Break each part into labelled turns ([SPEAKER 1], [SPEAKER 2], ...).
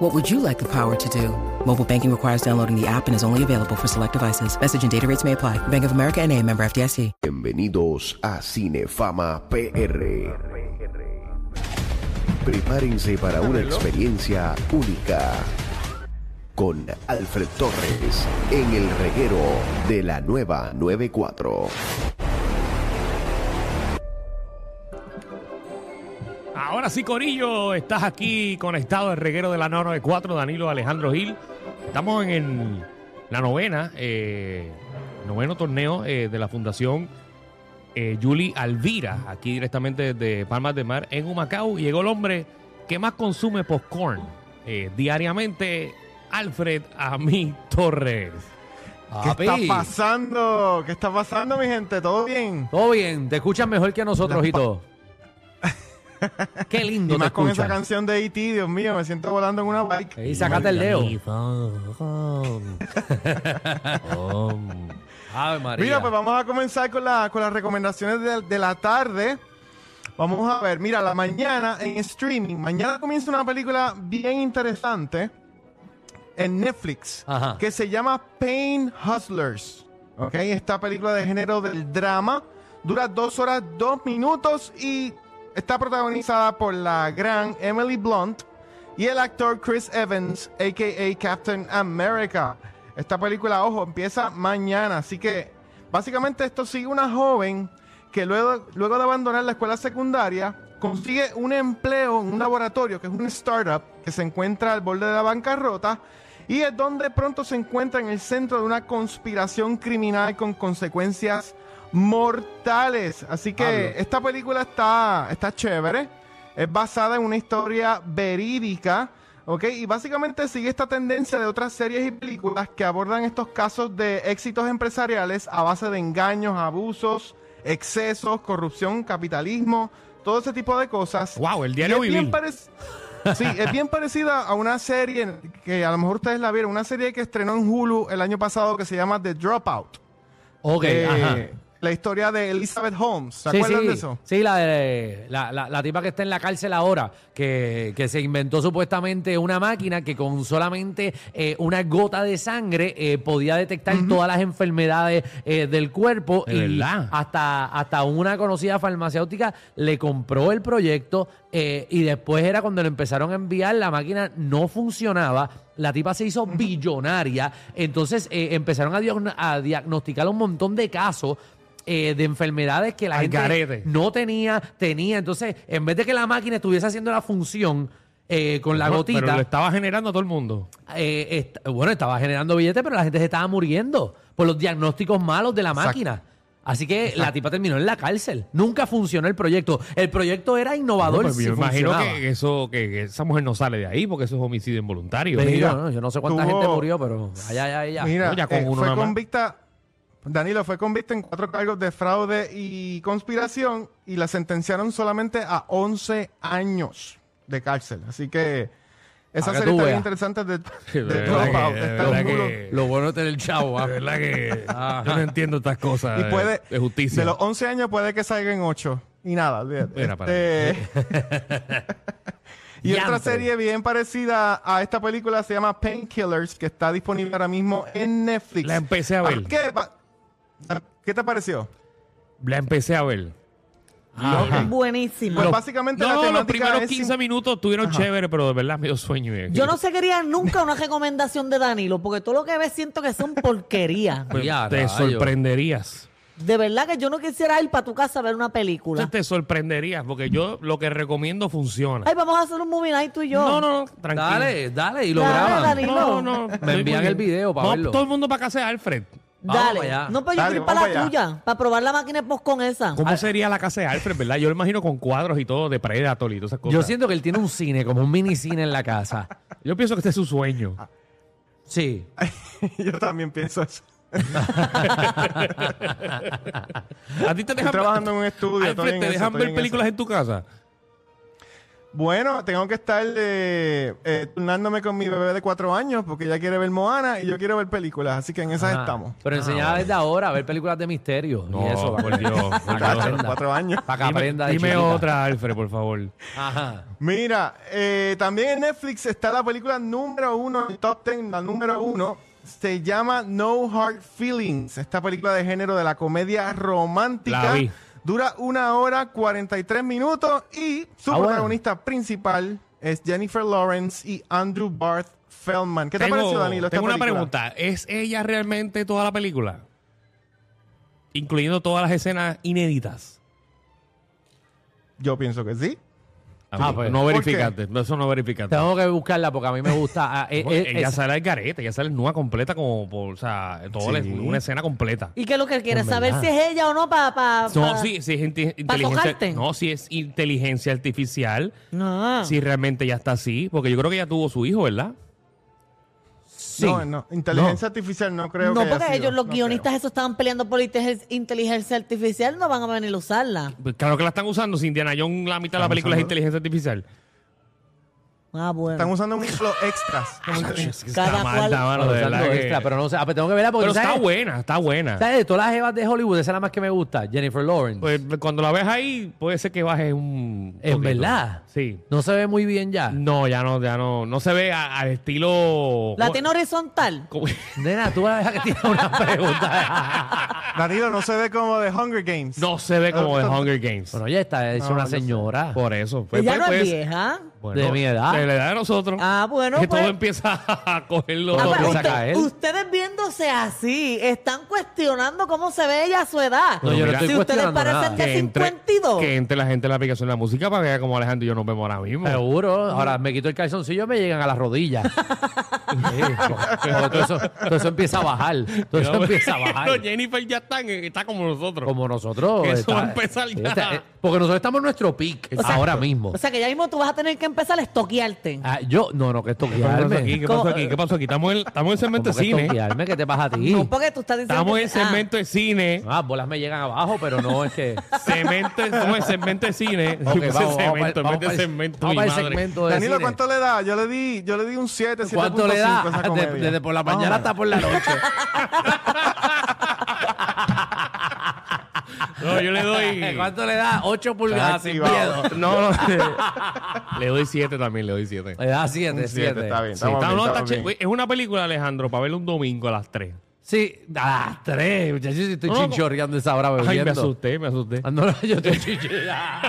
[SPEAKER 1] What would you like the power to do? Mobile banking requires downloading the app and is only available for select devices. Message and data rates may apply. Bank of America and a member FDIC.
[SPEAKER 2] Bienvenidos a Cinefama PR. Prepárense para una experiencia única con Alfred Torres en el reguero de la nueva 94.
[SPEAKER 3] Ahora sí, Corillo, estás aquí conectado al reguero de la 994, Danilo Alejandro Gil. Estamos en el- la novena, eh, noveno torneo eh, de la Fundación eh, Yuli Alvira, aquí directamente desde Palmas de Mar, en Humacao. Y Llegó el hombre que más consume popcorn eh, diariamente, Alfred Amí Torres.
[SPEAKER 4] ¿Qué
[SPEAKER 5] Papi,
[SPEAKER 4] está pasando? ¿Qué está pasando, mi gente? ¿Todo bien?
[SPEAKER 5] Todo bien, te escuchan mejor que nosotros y todo. Qué lindo
[SPEAKER 4] Y
[SPEAKER 5] te
[SPEAKER 4] más con esa
[SPEAKER 5] escuchan.
[SPEAKER 4] canción de E.T., Dios mío, me siento volando en una bike.
[SPEAKER 5] Y sacate el dedo. Ave María.
[SPEAKER 4] Mira, pues vamos a comenzar con, la- con las recomendaciones de, de la tarde. Vamos a ver, mira, la mañana en streaming. Mañana comienza una película bien interesante en Netflix
[SPEAKER 5] Ajá.
[SPEAKER 4] que se llama Pain Hustlers. ¿Ok? Esta película de género del drama dura dos horas, dos minutos y está protagonizada por la gran Emily Blunt y el actor Chris Evans, a.k.a. Captain America. Esta película, ojo, empieza mañana, así que básicamente esto sigue una joven que luego, luego de abandonar la escuela secundaria consigue un empleo en un laboratorio que es un startup que se encuentra al borde de la bancarrota y es donde pronto se encuentra en el centro de una conspiración criminal con consecuencias mortales. Así que
[SPEAKER 5] Pablo.
[SPEAKER 4] esta película está, está chévere. Es basada en una historia verídica, ¿ok? Y básicamente sigue esta tendencia de otras series y películas que abordan estos casos de éxitos empresariales a base de engaños, abusos, excesos, corrupción, capitalismo, todo ese tipo de cosas.
[SPEAKER 3] Wow, el
[SPEAKER 4] Y
[SPEAKER 3] diario
[SPEAKER 4] es bien
[SPEAKER 3] vivir.
[SPEAKER 4] parec- Sí, es bien parecida a una serie que a lo mejor ustedes la vieron, una serie que estrenó en Hulu el año pasado que se llama The Dropout.
[SPEAKER 5] ok,
[SPEAKER 4] Eh,
[SPEAKER 5] ajá.
[SPEAKER 4] La historia de Elizabeth Holmes. ¿Se
[SPEAKER 5] Sí,
[SPEAKER 4] acuerdan
[SPEAKER 5] sí,
[SPEAKER 4] de eso?
[SPEAKER 5] Sí, la, de, la, la- la tipa que está en la cárcel ahora, que, que se inventó supuestamente una máquina que con solamente eh, una gota de sangre eh, podía detectar todas las enfermedades eh, del cuerpo.
[SPEAKER 3] ¿De
[SPEAKER 5] y
[SPEAKER 3] verdad?
[SPEAKER 5] Hasta, hasta una conocida farmacéutica le compró el proyecto eh, y después era cuando lo empezaron a enviar, la máquina no funcionaba. La tipa se hizo billonaria, entonces eh, empezaron a, diagn- a diagnosticar un montón de casos eh, de enfermedades que la
[SPEAKER 3] Al
[SPEAKER 5] gente
[SPEAKER 3] garete.
[SPEAKER 5] no tenía, tenía. Entonces, en vez de que la máquina estuviese haciendo la función eh, con la
[SPEAKER 3] No,
[SPEAKER 5] gotita,
[SPEAKER 3] Pero lo estaba generando a todo el mundo.
[SPEAKER 5] eh, est- bueno, estaba generando billetes, pero la gente se estaba muriendo por los diagnósticos malos de la
[SPEAKER 4] Exacto.
[SPEAKER 5] máquina. Así que la tipa terminó en la cárcel. Nunca funcionó el proyecto. El proyecto era innovador.
[SPEAKER 3] No, pues,
[SPEAKER 5] si
[SPEAKER 3] yo imagino
[SPEAKER 5] funcionaba.
[SPEAKER 3] que, eso, que que esa mujer no sale de ahí porque eso es homicidio involuntario.
[SPEAKER 5] Pero
[SPEAKER 3] Mira,
[SPEAKER 5] yo, no, yo no sé cuánta
[SPEAKER 4] tuvo-
[SPEAKER 5] gente murió, pero allá, allá, allá.
[SPEAKER 4] Mira,
[SPEAKER 3] No, ya con
[SPEAKER 4] eh,
[SPEAKER 3] uno
[SPEAKER 4] fue
[SPEAKER 3] nada más.
[SPEAKER 4] convicta, Danilo fue convicta en cuatro cargos de fraude y conspiración y la sentenciaron solamente a 11 años de cárcel. Así que esa
[SPEAKER 5] Para que
[SPEAKER 4] serie está
[SPEAKER 5] tú
[SPEAKER 4] bien
[SPEAKER 5] veas.
[SPEAKER 4] interesante de,
[SPEAKER 3] de
[SPEAKER 4] de
[SPEAKER 3] verdad
[SPEAKER 4] Dropout.
[SPEAKER 3] que- de
[SPEAKER 4] Está en
[SPEAKER 3] verdad
[SPEAKER 4] Hulu.
[SPEAKER 3] que-
[SPEAKER 5] Lo bueno es tener chavo. ¿ah?
[SPEAKER 3] De verdad que yo no entiendo estas cosas
[SPEAKER 4] Y
[SPEAKER 3] de-
[SPEAKER 4] puede,
[SPEAKER 3] Eh, de justicia.
[SPEAKER 4] de los 11 años puede que salgan 8. Y nada, olvídate.
[SPEAKER 3] Mira para
[SPEAKER 4] Este- y otra
[SPEAKER 5] Diantre.
[SPEAKER 4] serie bien parecida a esta película se llama Painkillers, que está disponible ahora mismo en Netflix.
[SPEAKER 3] La empecé a
[SPEAKER 4] Ah,
[SPEAKER 3] ver.
[SPEAKER 4] ¿Qué, pa- ah, ¿qué te pareció?
[SPEAKER 3] La empecé a ver.
[SPEAKER 5] Ajá.
[SPEAKER 6] Buenísima.
[SPEAKER 4] Pues
[SPEAKER 3] Los-
[SPEAKER 4] básicamente la
[SPEAKER 3] no,
[SPEAKER 4] temática
[SPEAKER 3] los primeros
[SPEAKER 4] es
[SPEAKER 3] 15
[SPEAKER 4] sim-
[SPEAKER 3] minutos estuvieron chévere, pero de verdad me dio sueño. eh.
[SPEAKER 6] Yo no seguiría nunca una recomendación de Danilo, porque todo lo que ve siento que son porquerías.
[SPEAKER 3] Pues,
[SPEAKER 5] Ya,
[SPEAKER 3] te
[SPEAKER 5] rayo.
[SPEAKER 3] sorprenderías.
[SPEAKER 6] De verdad que yo no quisiera ir para tu casa a ver una película.
[SPEAKER 3] Entonces te sorprenderías porque yo lo que recomiendo funciona.
[SPEAKER 6] Ay, vamos a hacer un movie night tú y yo.
[SPEAKER 3] No, no, no, tranquilo.
[SPEAKER 5] Dale, dale, y lo
[SPEAKER 6] Dale,
[SPEAKER 5] graban.
[SPEAKER 6] dale.
[SPEAKER 3] No, no, no.
[SPEAKER 5] Me envían el video para
[SPEAKER 3] Vamos
[SPEAKER 5] verlo.
[SPEAKER 3] Todo el mundo para casa de Alfred.
[SPEAKER 5] Vamos
[SPEAKER 6] Dale.
[SPEAKER 5] para allá.
[SPEAKER 6] No, pero yo
[SPEAKER 4] Dale,
[SPEAKER 6] quiero
[SPEAKER 4] vamos
[SPEAKER 6] ir para
[SPEAKER 4] para
[SPEAKER 6] la
[SPEAKER 4] allá.
[SPEAKER 6] tuya, para probar la máquina de post con esa.
[SPEAKER 5] Ah.
[SPEAKER 3] ¿Cómo sería la casa de Alfred, verdad? Yo lo imagino con cuadros y todo de Predator y todas esas cosas.
[SPEAKER 5] Yo siento que él tiene un cine, como un mini cine en la casa.
[SPEAKER 4] Ah,
[SPEAKER 3] Yo pienso que este es su sueño.
[SPEAKER 5] Sí.
[SPEAKER 4] Yo también pienso eso.
[SPEAKER 3] A ti te dejan
[SPEAKER 4] trabajando en un estudio,
[SPEAKER 3] Alfred,
[SPEAKER 4] estoy en
[SPEAKER 3] te
[SPEAKER 4] eso,
[SPEAKER 3] dejan
[SPEAKER 4] estoy
[SPEAKER 3] ver
[SPEAKER 4] en
[SPEAKER 3] películas en tu casa.
[SPEAKER 4] Bueno, tengo que estar eh, eh, turnándome con mi bebé de cuatro años porque ella quiere ver Moana y yo quiero ver películas, así que en esas
[SPEAKER 5] Ajá.
[SPEAKER 4] estamos.
[SPEAKER 5] Ah, Pero enseñaba desde ahora a ver películas de misterio. y eso,
[SPEAKER 3] Ah, por Dios. por
[SPEAKER 5] Acá
[SPEAKER 3] Dios.
[SPEAKER 5] aprenda.
[SPEAKER 4] Los cuatro años.
[SPEAKER 5] para que
[SPEAKER 3] Dime-
[SPEAKER 5] aprenda de
[SPEAKER 3] Dime
[SPEAKER 5] chiquita.
[SPEAKER 3] otra, Alfred, por favor.
[SPEAKER 5] Ajá.
[SPEAKER 4] Mira, eh, también en Netflix está la película número uno, el top ten, la número uno. Se llama No Hard Feelings. Esta película de género de la comedia romántica.
[SPEAKER 3] La vi.
[SPEAKER 4] Dura una hora 43 minutos y su
[SPEAKER 5] Ah, bueno.
[SPEAKER 4] protagonista principal es Jennifer Lawrence y Andrew Barth Feldman. ¿Qué te
[SPEAKER 3] Tengo-
[SPEAKER 4] pareció, Danilo? esta
[SPEAKER 3] Tengo una
[SPEAKER 4] película?
[SPEAKER 3] pregunta. ¿Es ella realmente toda la película? Incluyendo todas las escenas inéditas.
[SPEAKER 4] Yo pienso que sí.
[SPEAKER 5] Ah, pues.
[SPEAKER 3] no
[SPEAKER 4] ¿Por
[SPEAKER 3] verificaste. No, Eso no verificaste.
[SPEAKER 5] Tengo que buscarla porque a mí me gusta. ah, eh,
[SPEAKER 3] Pues,
[SPEAKER 5] eh,
[SPEAKER 3] ella
[SPEAKER 5] es-
[SPEAKER 3] sale al garete, ella sale nueva completa como por, o sea, toda la-
[SPEAKER 4] Sí.
[SPEAKER 3] una escena completa.
[SPEAKER 6] ¿Y qué es lo que quieres?
[SPEAKER 5] En
[SPEAKER 6] ¿Saber
[SPEAKER 5] verdad.
[SPEAKER 6] si es ella o no? Pa, pa,
[SPEAKER 3] No,
[SPEAKER 6] pa-
[SPEAKER 3] sí, sí es inte-
[SPEAKER 6] ¿Para
[SPEAKER 3] inteligencia.
[SPEAKER 6] tocarte?
[SPEAKER 3] No, sí es inteligencia artificial.
[SPEAKER 6] No.
[SPEAKER 3] Si realmente ya está así, porque yo creo que ya tuvo su hijo, ¿verdad?
[SPEAKER 5] sí.
[SPEAKER 4] No, no. Inteligencia artificial no creo
[SPEAKER 6] no,
[SPEAKER 4] que haya
[SPEAKER 6] porque
[SPEAKER 4] sido.
[SPEAKER 6] ellos, los
[SPEAKER 4] No
[SPEAKER 6] guionistas, esos estaban peleando por inte- inteligencia artificial, no van a venir a usarla.
[SPEAKER 3] Pues Claro que la están usando. Si Indiana Jones, la mitad de la
[SPEAKER 4] Están
[SPEAKER 3] película es
[SPEAKER 4] usando.
[SPEAKER 3] inteligencia artificial.
[SPEAKER 4] creo.
[SPEAKER 6] Ah, bueno.
[SPEAKER 4] Están usando mucho los extras. como inteligencia.
[SPEAKER 3] Es que
[SPEAKER 6] pues, Cada
[SPEAKER 3] está mal,
[SPEAKER 6] cual-
[SPEAKER 3] está mal, de
[SPEAKER 5] Usando
[SPEAKER 3] verdad que-
[SPEAKER 5] extra, pero no sé. Ah, pero tengo que verla porque
[SPEAKER 3] Pero
[SPEAKER 5] ¿sabes?
[SPEAKER 3] está buena, está buena.
[SPEAKER 5] ¿Sabes? De todas las evas de Hollywood, esa es la más que me gusta, Jennifer Lawrence.
[SPEAKER 3] Pues cuando la ves ahí, puede ser que bajes un.
[SPEAKER 5] ¿En
[SPEAKER 3] poquito.
[SPEAKER 5] verdad?
[SPEAKER 3] Sí.
[SPEAKER 5] no se ve muy bien ya.
[SPEAKER 3] No, ya no, ya no. No se ve a- al estilo.
[SPEAKER 6] Latino horizontal.
[SPEAKER 3] ¿Cómo- cómo-
[SPEAKER 5] Nena, tú vas a dejar que tiene una pregunta.
[SPEAKER 4] Danilo, no se ve como de Hunger Games.
[SPEAKER 3] No se ve como
[SPEAKER 5] Ah,
[SPEAKER 3] de Hunger Games.
[SPEAKER 5] bueno, ya está, es
[SPEAKER 4] No,
[SPEAKER 5] una
[SPEAKER 4] yo sé.
[SPEAKER 5] señora.
[SPEAKER 3] Por eso. pues,
[SPEAKER 6] ella
[SPEAKER 3] pues,
[SPEAKER 6] no es
[SPEAKER 3] pues,
[SPEAKER 6] vieja.
[SPEAKER 3] bueno,
[SPEAKER 5] De mi edad.
[SPEAKER 3] De la edad de nosotros.
[SPEAKER 6] Ah, bueno,
[SPEAKER 3] Que
[SPEAKER 6] pues.
[SPEAKER 3] todo empieza a cogerlo.
[SPEAKER 5] Todo
[SPEAKER 6] Ah, pero
[SPEAKER 5] empieza a
[SPEAKER 6] usted-
[SPEAKER 5] caer.
[SPEAKER 6] ustedes viéndose así, están cuestionando cómo se ve ella a su edad.
[SPEAKER 5] No, yo no
[SPEAKER 3] Mira,
[SPEAKER 5] estoy
[SPEAKER 6] si ustedes
[SPEAKER 5] cuestionando
[SPEAKER 6] parecen
[SPEAKER 5] nada.
[SPEAKER 6] de
[SPEAKER 3] que entre,
[SPEAKER 6] 52.
[SPEAKER 3] que entre la gente en la aplicación de la música para que vea como Alejandro y yo nos vemos ahora mismo. pues,
[SPEAKER 5] Seguro. Ahora me quito el calzoncillo y me llegan a las rodillas. Sí, como- como todo, eso, todo eso empieza a bajar. Todo eso
[SPEAKER 3] Pero-
[SPEAKER 5] empieza a
[SPEAKER 3] pero
[SPEAKER 5] bajar.
[SPEAKER 3] Jennifer ya está, en- está como nosotros.
[SPEAKER 5] Como nosotros.
[SPEAKER 3] Eso va a empezar ya.
[SPEAKER 5] eh, porque nosotros estamos en nuestro pic
[SPEAKER 6] O sea-
[SPEAKER 5] ahora mismo.
[SPEAKER 6] O sea que ya mismo tú vas a tener que empezar a estoquearte.
[SPEAKER 5] Ah, yo, no, no, que esto
[SPEAKER 3] ¿Qué pasó aquí?
[SPEAKER 5] guiarme.
[SPEAKER 3] ¿Qué pasó aquí? ¿Qué pasó aquí? Estamos en, estamos en
[SPEAKER 5] Como
[SPEAKER 3] segmento
[SPEAKER 5] que
[SPEAKER 3] de cine.
[SPEAKER 5] estoquearme, ¿Qué te pasa a ti?
[SPEAKER 6] No, porque tú estás diciendo.
[SPEAKER 3] Estamos
[SPEAKER 6] que-
[SPEAKER 3] en segmento de cine.
[SPEAKER 5] Ah, bolas me llegan abajo, pero no es que.
[SPEAKER 3] Cemento, no, es segmento de cine.
[SPEAKER 5] Ok,
[SPEAKER 3] Yo pensé
[SPEAKER 5] vamos, vamos para el-
[SPEAKER 3] cemento, en vez
[SPEAKER 5] vamos
[SPEAKER 3] de
[SPEAKER 5] para el-
[SPEAKER 3] pues, segmento,
[SPEAKER 5] vamos
[SPEAKER 3] mi
[SPEAKER 5] para el
[SPEAKER 3] madre.
[SPEAKER 5] segmento de
[SPEAKER 4] Danilo,
[SPEAKER 5] cine.
[SPEAKER 4] ¿cuánto le da? Yo le di, yo le di un 7, 7.5
[SPEAKER 5] ¿Cuánto le
[SPEAKER 4] a esa
[SPEAKER 5] da? De-
[SPEAKER 4] comedia.
[SPEAKER 5] Desde por la mañana hasta por la noche.
[SPEAKER 3] No, yo le doy.
[SPEAKER 5] ¿Cuánto le da? 8 pulgadas sin
[SPEAKER 4] activado.
[SPEAKER 5] miedo.
[SPEAKER 3] No, no. le doy siete también, le doy siete.
[SPEAKER 5] Le da
[SPEAKER 4] Un
[SPEAKER 5] 7,
[SPEAKER 4] siete,
[SPEAKER 5] 7.
[SPEAKER 4] está bien.
[SPEAKER 3] Sí, está-
[SPEAKER 4] bien,
[SPEAKER 3] no, está
[SPEAKER 4] estamos
[SPEAKER 3] che-
[SPEAKER 4] bien.
[SPEAKER 3] Es una película, Alejandro, para verla un domingo a las 3.
[SPEAKER 5] Sí, a las 3. Muchachos, yo estoy
[SPEAKER 3] No, no,
[SPEAKER 5] chinchorreando esa hora bebiendo.
[SPEAKER 3] Ay, me asusté, me asusté.
[SPEAKER 5] Ah, no, no, yo estoy chinchorreando.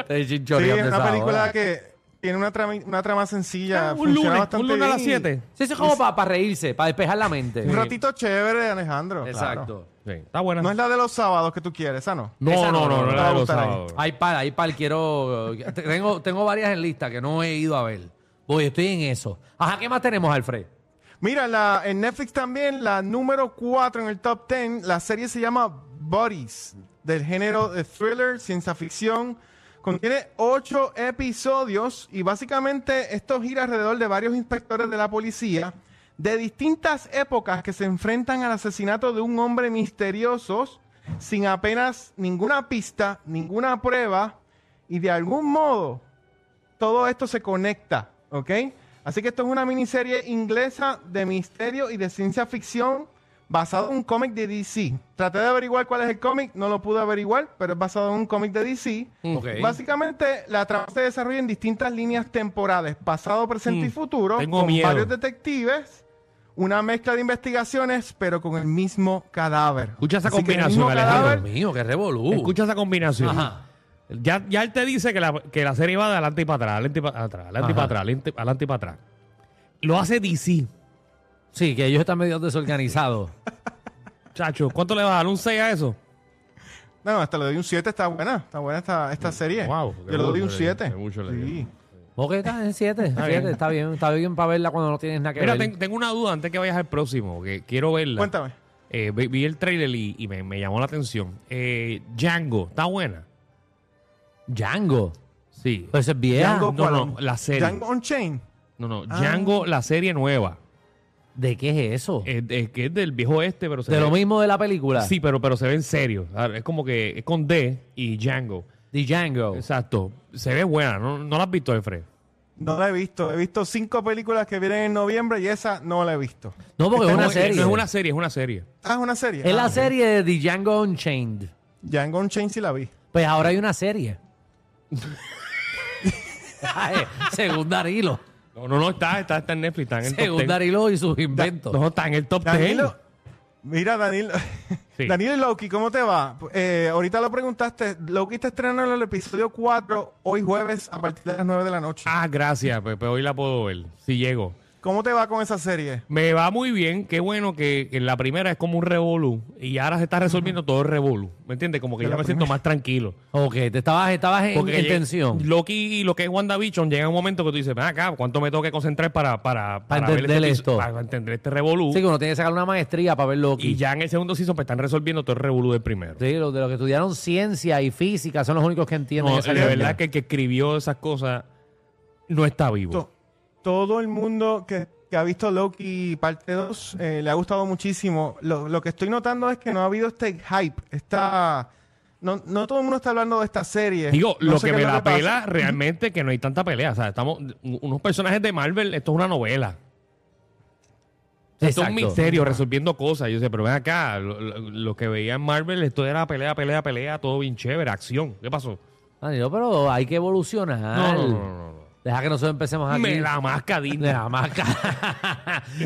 [SPEAKER 5] estoy
[SPEAKER 4] Sí,
[SPEAKER 5] chinchorreando
[SPEAKER 4] es una
[SPEAKER 5] esa
[SPEAKER 4] película
[SPEAKER 5] hora.
[SPEAKER 4] que tiene una trama, una trama sencilla.
[SPEAKER 3] Ah, un
[SPEAKER 4] funciona
[SPEAKER 3] lunes,
[SPEAKER 4] bastante
[SPEAKER 3] un lunes a las
[SPEAKER 4] bien.
[SPEAKER 3] 7.
[SPEAKER 5] Sí, eso es como para reírse, para despejar la mente.
[SPEAKER 4] Un ratito chévere, Alejandro. claro.
[SPEAKER 5] Exacto.
[SPEAKER 3] Sí, está buena.
[SPEAKER 4] No es la de los sábados que tú quieres, ¿esa no?
[SPEAKER 3] No,
[SPEAKER 5] Esa
[SPEAKER 3] no, no,
[SPEAKER 5] no, no,
[SPEAKER 3] no, la
[SPEAKER 5] no
[SPEAKER 4] va
[SPEAKER 3] de
[SPEAKER 4] a
[SPEAKER 3] los
[SPEAKER 4] gustar ahí.
[SPEAKER 3] sábados.
[SPEAKER 5] Hay par, hay par, quiero... Tengo, tengo varias en lista que no he ido a ver. Voy, estoy en eso. Ajá, ¿qué más tenemos, Alfred?
[SPEAKER 4] Mira, la, en Netflix también, la número 4 en el top 10, la serie se llama Bodies, del género de thriller, ciencia ficción. Contiene ocho episodios y básicamente esto gira alrededor de varios inspectores de la policía de distintas épocas que se enfrentan al asesinato de un hombre misterioso sin apenas ninguna pista, ninguna prueba y de algún modo todo esto se conecta, ¿ok? Así que esto es una miniserie inglesa de misterio y de ciencia ficción basado en un cómic de DC. Traté de averiguar cuál es el cómic, no lo pude averiguar, pero es basado en un cómic de DC.
[SPEAKER 3] Mm.
[SPEAKER 5] Ok.
[SPEAKER 4] Básicamente, la trama se desarrolla en distintas líneas temporales, pasado, presente
[SPEAKER 3] Mm,
[SPEAKER 4] y futuro,
[SPEAKER 3] tengo
[SPEAKER 4] con
[SPEAKER 3] miedo.
[SPEAKER 4] varios detectives, una mezcla de investigaciones, pero con el mismo cadáver.
[SPEAKER 3] Escucha esa
[SPEAKER 4] Así que el mismo
[SPEAKER 3] combinación, Alejandro.
[SPEAKER 4] cadáver-
[SPEAKER 5] Dios mío, qué revolú.
[SPEAKER 3] Escucha esa combinación.
[SPEAKER 5] Ajá.
[SPEAKER 3] Ya, ya él te dice que la, que la serie va de adelante y para atrás, adelante y para atrás, adelante y
[SPEAKER 5] Ajá.
[SPEAKER 3] para atrás, adelante, adelante y para atrás. Lo hace DC.
[SPEAKER 5] Sí, que ellos están medio desorganizados.
[SPEAKER 3] Chacho, ¿cuánto le vas a dar? ¿Un 6 a eso?
[SPEAKER 4] No, hasta le doy un 7, está buena. Está buena esta, esta serie.
[SPEAKER 3] Wow,
[SPEAKER 4] Yo
[SPEAKER 3] qué
[SPEAKER 4] le doy
[SPEAKER 3] mucho
[SPEAKER 4] un
[SPEAKER 3] le-
[SPEAKER 4] 7.
[SPEAKER 3] qué mucho le
[SPEAKER 4] Sí.
[SPEAKER 3] dio.
[SPEAKER 5] Ok, está en 7. Está,
[SPEAKER 3] bien.
[SPEAKER 5] bien. está bien, está bien para verla cuando no tienes nada que
[SPEAKER 3] Mira,
[SPEAKER 5] ver.
[SPEAKER 3] ten- tengo una duda antes que vayas al próximo, que quiero verla.
[SPEAKER 4] Cuéntame.
[SPEAKER 3] Eh, vi, vi el trailer y, y me, me llamó la atención. Eh, Django, ¿está buena?
[SPEAKER 5] Django.
[SPEAKER 3] Sí.
[SPEAKER 5] Pues es vieja.
[SPEAKER 4] Django,
[SPEAKER 3] no, no, la serie.
[SPEAKER 5] ah.
[SPEAKER 4] Django Unchained.
[SPEAKER 3] No, no, Django, la serie nueva.
[SPEAKER 5] ¿De qué es eso?
[SPEAKER 3] Es, es que es del viejo este, pero se
[SPEAKER 5] de
[SPEAKER 3] ve-
[SPEAKER 5] lo mismo de la película.
[SPEAKER 3] Eh, Sí, pero, pero se ve en serio. A ver, Es como que es con D y Django.
[SPEAKER 5] De Django.
[SPEAKER 3] Exacto. Se ve buena. ¿No, no la has visto, Alfred?
[SPEAKER 4] No la he visto. He visto cinco películas que vienen en noviembre y esa no la he visto.
[SPEAKER 5] No, porque es
[SPEAKER 3] No,
[SPEAKER 5] una
[SPEAKER 3] eh,
[SPEAKER 5] serie.
[SPEAKER 3] No es una serie, es una serie.
[SPEAKER 4] Ah, es una serie.
[SPEAKER 5] Es la
[SPEAKER 4] Ah,
[SPEAKER 5] serie de The Django Unchained.
[SPEAKER 4] Django Unchained sí la vi.
[SPEAKER 5] Pues ahora hay una serie. Ay, según Darilo.
[SPEAKER 3] No, no, no, está, está, está en Netflix, está en el
[SPEAKER 5] Según
[SPEAKER 3] top 10.
[SPEAKER 5] Darilo y sus inventos.
[SPEAKER 3] No, está en el top 10.
[SPEAKER 4] Danilo, mira, Danilo.
[SPEAKER 3] Sí.
[SPEAKER 4] Danilo y Loki, ¿cómo te va? Eh, ahorita lo preguntaste. Loki está estrenando el episodio 4 hoy jueves a partir de las 9 de la noche.
[SPEAKER 3] Ah, gracias, Pepe. Hoy la puedo ver. Si llego.
[SPEAKER 4] ¿Cómo te va con esa serie?
[SPEAKER 3] Me va muy bien. Qué bueno que, que la primera es como un revolú. Y ahora se está resolviendo todo el revolú. ¿Me entiendes? Como que
[SPEAKER 4] De
[SPEAKER 3] ya
[SPEAKER 4] la
[SPEAKER 3] me siento más tranquilo.
[SPEAKER 5] Ok, te estabas, estabas en, en
[SPEAKER 3] lleg-
[SPEAKER 5] tensión.
[SPEAKER 3] Loki y lo que es WandaVision llega un momento que tú dices, ven acá, ¿cuánto me tengo que concentrar para, para, ver
[SPEAKER 5] entender
[SPEAKER 3] episo-
[SPEAKER 5] esto.
[SPEAKER 3] Para entender este revolú.
[SPEAKER 5] Sí, que uno tiene que sacar una maestría para ver Loki.
[SPEAKER 3] y ya en el segundo season pues, están resolviendo todo el revolú del primero.
[SPEAKER 5] Sí, los de los que estudiaron ciencia y física son los únicos que entienden
[SPEAKER 3] No,
[SPEAKER 5] esa
[SPEAKER 3] la
[SPEAKER 5] realidad.
[SPEAKER 3] verdad que el que escribió esas cosas no está vivo.
[SPEAKER 4] To- todo el mundo que, que ha visto Loki parte 2 eh, le ha gustado muchísimo. Lo, lo que estoy notando es que no ha habido este hype. Esta, no, no todo el mundo está hablando de esta serie.
[SPEAKER 3] Digo,
[SPEAKER 4] eh, No
[SPEAKER 3] lo
[SPEAKER 4] sé
[SPEAKER 3] que
[SPEAKER 4] qué
[SPEAKER 3] me
[SPEAKER 4] es
[SPEAKER 3] la
[SPEAKER 4] que pasa.
[SPEAKER 3] pela realmente que no hay tanta pelea. O sea, estamos un- unos personajes de Marvel, esto es una novela. Esto es un
[SPEAKER 5] Exacto.
[SPEAKER 3] misterio resolviendo cosas. Yo sé, pero ven acá, lo, lo- lo que veía en Marvel, esto era pelea, pelea, pelea, todo bien chévere, acción. ¿Qué pasó?
[SPEAKER 5] Danilo, pero hay que evolucionar.
[SPEAKER 3] No, no, no, no, no.
[SPEAKER 5] Deja que nosotros empecemos aquí.
[SPEAKER 3] Me la masca, Disney.
[SPEAKER 5] De la
[SPEAKER 3] Ah,
[SPEAKER 5] maca.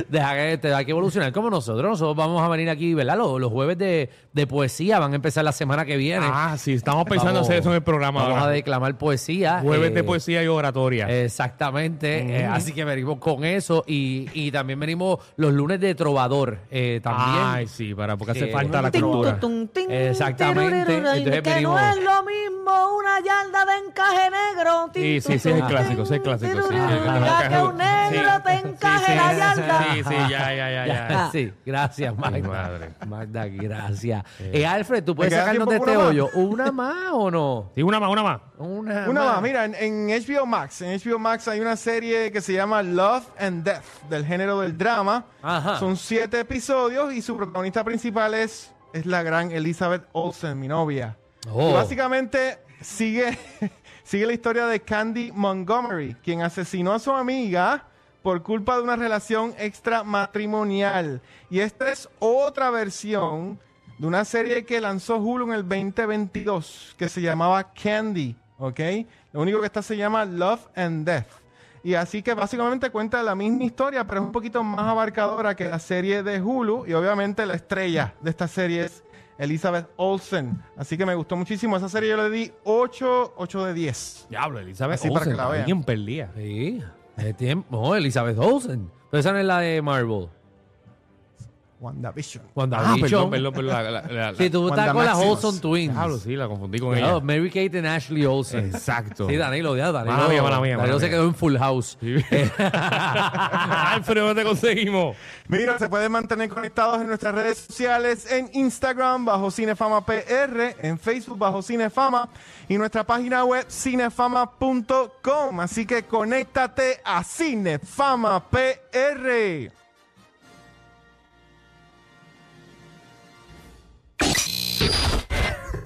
[SPEAKER 5] Deja que te hay que evolucionar como nosotros. Nosotros vamos a venir aquí, ¿verdad? Los, los jueves de, de poesía van a empezar la semana que viene.
[SPEAKER 3] Ah, sí, estamos pensando
[SPEAKER 5] Vamos-
[SPEAKER 3] hacer eso en el programa.
[SPEAKER 5] Vamos
[SPEAKER 3] ahora.
[SPEAKER 5] a declamar poesía.
[SPEAKER 3] Jueves de
[SPEAKER 5] eh,
[SPEAKER 3] poesía Mm. y oratoria.
[SPEAKER 5] Exactamente. eh, así que venimos con eso. Y, y también venimos los lunes de Trovador. eh, también.
[SPEAKER 3] Ay, sí, para porque hace
[SPEAKER 5] Eh,
[SPEAKER 3] falta la
[SPEAKER 6] Ah, Tin, tu,
[SPEAKER 3] cultura.
[SPEAKER 6] tun, tin,
[SPEAKER 5] Exactamente.
[SPEAKER 6] tiruriru,
[SPEAKER 5] Entonces
[SPEAKER 6] que
[SPEAKER 5] venimos-
[SPEAKER 6] no es lo mismo una yarda de encaje negro. tin,
[SPEAKER 3] Sí, sí,
[SPEAKER 6] tu,
[SPEAKER 3] sí, es el
[SPEAKER 6] tun,
[SPEAKER 3] clásico, ese es el clásico, sí,
[SPEAKER 6] tin,
[SPEAKER 3] Ah,
[SPEAKER 6] tiruriru,
[SPEAKER 5] sí,
[SPEAKER 6] ya
[SPEAKER 5] sí.
[SPEAKER 6] que un negro
[SPEAKER 3] Sí.
[SPEAKER 6] te
[SPEAKER 3] Sí,
[SPEAKER 6] encaje
[SPEAKER 3] sí,
[SPEAKER 6] la
[SPEAKER 3] sí,
[SPEAKER 6] yarda.
[SPEAKER 3] Sí, sí, ya, ya, ya. ya.
[SPEAKER 5] Ya, sí, gracias, Magda.
[SPEAKER 3] madre.
[SPEAKER 5] Magda, gracias. Eh, Alfred, ¿tú puedes
[SPEAKER 4] queda
[SPEAKER 5] sacarnos de
[SPEAKER 4] tiempo
[SPEAKER 5] este
[SPEAKER 4] para una
[SPEAKER 5] hoyo? ¿Una más o no?
[SPEAKER 3] Sí, una más, una más.
[SPEAKER 5] Una,
[SPEAKER 4] Una más, mira, en, en HBO Max, en HBO Max hay una serie que se llama Love and Death, del género del drama.
[SPEAKER 5] Ajá.
[SPEAKER 4] Son siete episodios y su protagonista principal es, es la gran Elizabeth Olsen, mi novia.
[SPEAKER 5] Oh.
[SPEAKER 4] Y básicamente sigue, sigue la historia de Candy Montgomery, quien asesinó a su amiga por culpa de una relación extramatrimonial. Y esta es otra versión de una serie que lanzó Hulu en el 2022, que se llamaba Candy, ¿ok? Lo único que esta se llama Love and Death. Y así que básicamente cuenta la misma historia, pero es un poquito más abarcadora que la serie de Hulu. Y obviamente la estrella de esta serie es Elizabeth Olsen. Así que me gustó muchísimo. Esa serie yo le di 8, 8 de 10.
[SPEAKER 3] Diablo, Elizabeth.
[SPEAKER 4] Así para que la
[SPEAKER 3] está
[SPEAKER 4] vean.
[SPEAKER 3] Bien perdida.
[SPEAKER 5] Sí, de tiempo. Oh, Elizabeth Olsen. Pero esa no es la de Marvel.
[SPEAKER 4] WandaVision.
[SPEAKER 5] Cuando
[SPEAKER 3] Ah,
[SPEAKER 5] ha dicho.
[SPEAKER 3] perdón, perdón, perdón. la- la- la- la-
[SPEAKER 5] Si tú estás
[SPEAKER 4] Wanda
[SPEAKER 5] con las
[SPEAKER 4] Maximus.
[SPEAKER 5] Olsen Twins.
[SPEAKER 3] Diablo, sí, la confundí con
[SPEAKER 5] Cuidado,
[SPEAKER 3] ella.
[SPEAKER 5] Mary Kate and Ashley Olsen.
[SPEAKER 3] Exacto.
[SPEAKER 5] Sí, Danilo, ya, Danilo.
[SPEAKER 3] Mala mía, mala mía, mala
[SPEAKER 5] Danilo se
[SPEAKER 3] mía.
[SPEAKER 5] quedó en Full House. Eh,
[SPEAKER 3] Sí. Alfredo, ¿dónde te conseguimos?
[SPEAKER 4] Mira, se pueden mantener conectados en nuestras redes sociales, en Instagram bajo Cinefama PR, en Facebook bajo Cinefama y nuestra página web cinefama.com. Así que conéctate a Cinefama PR.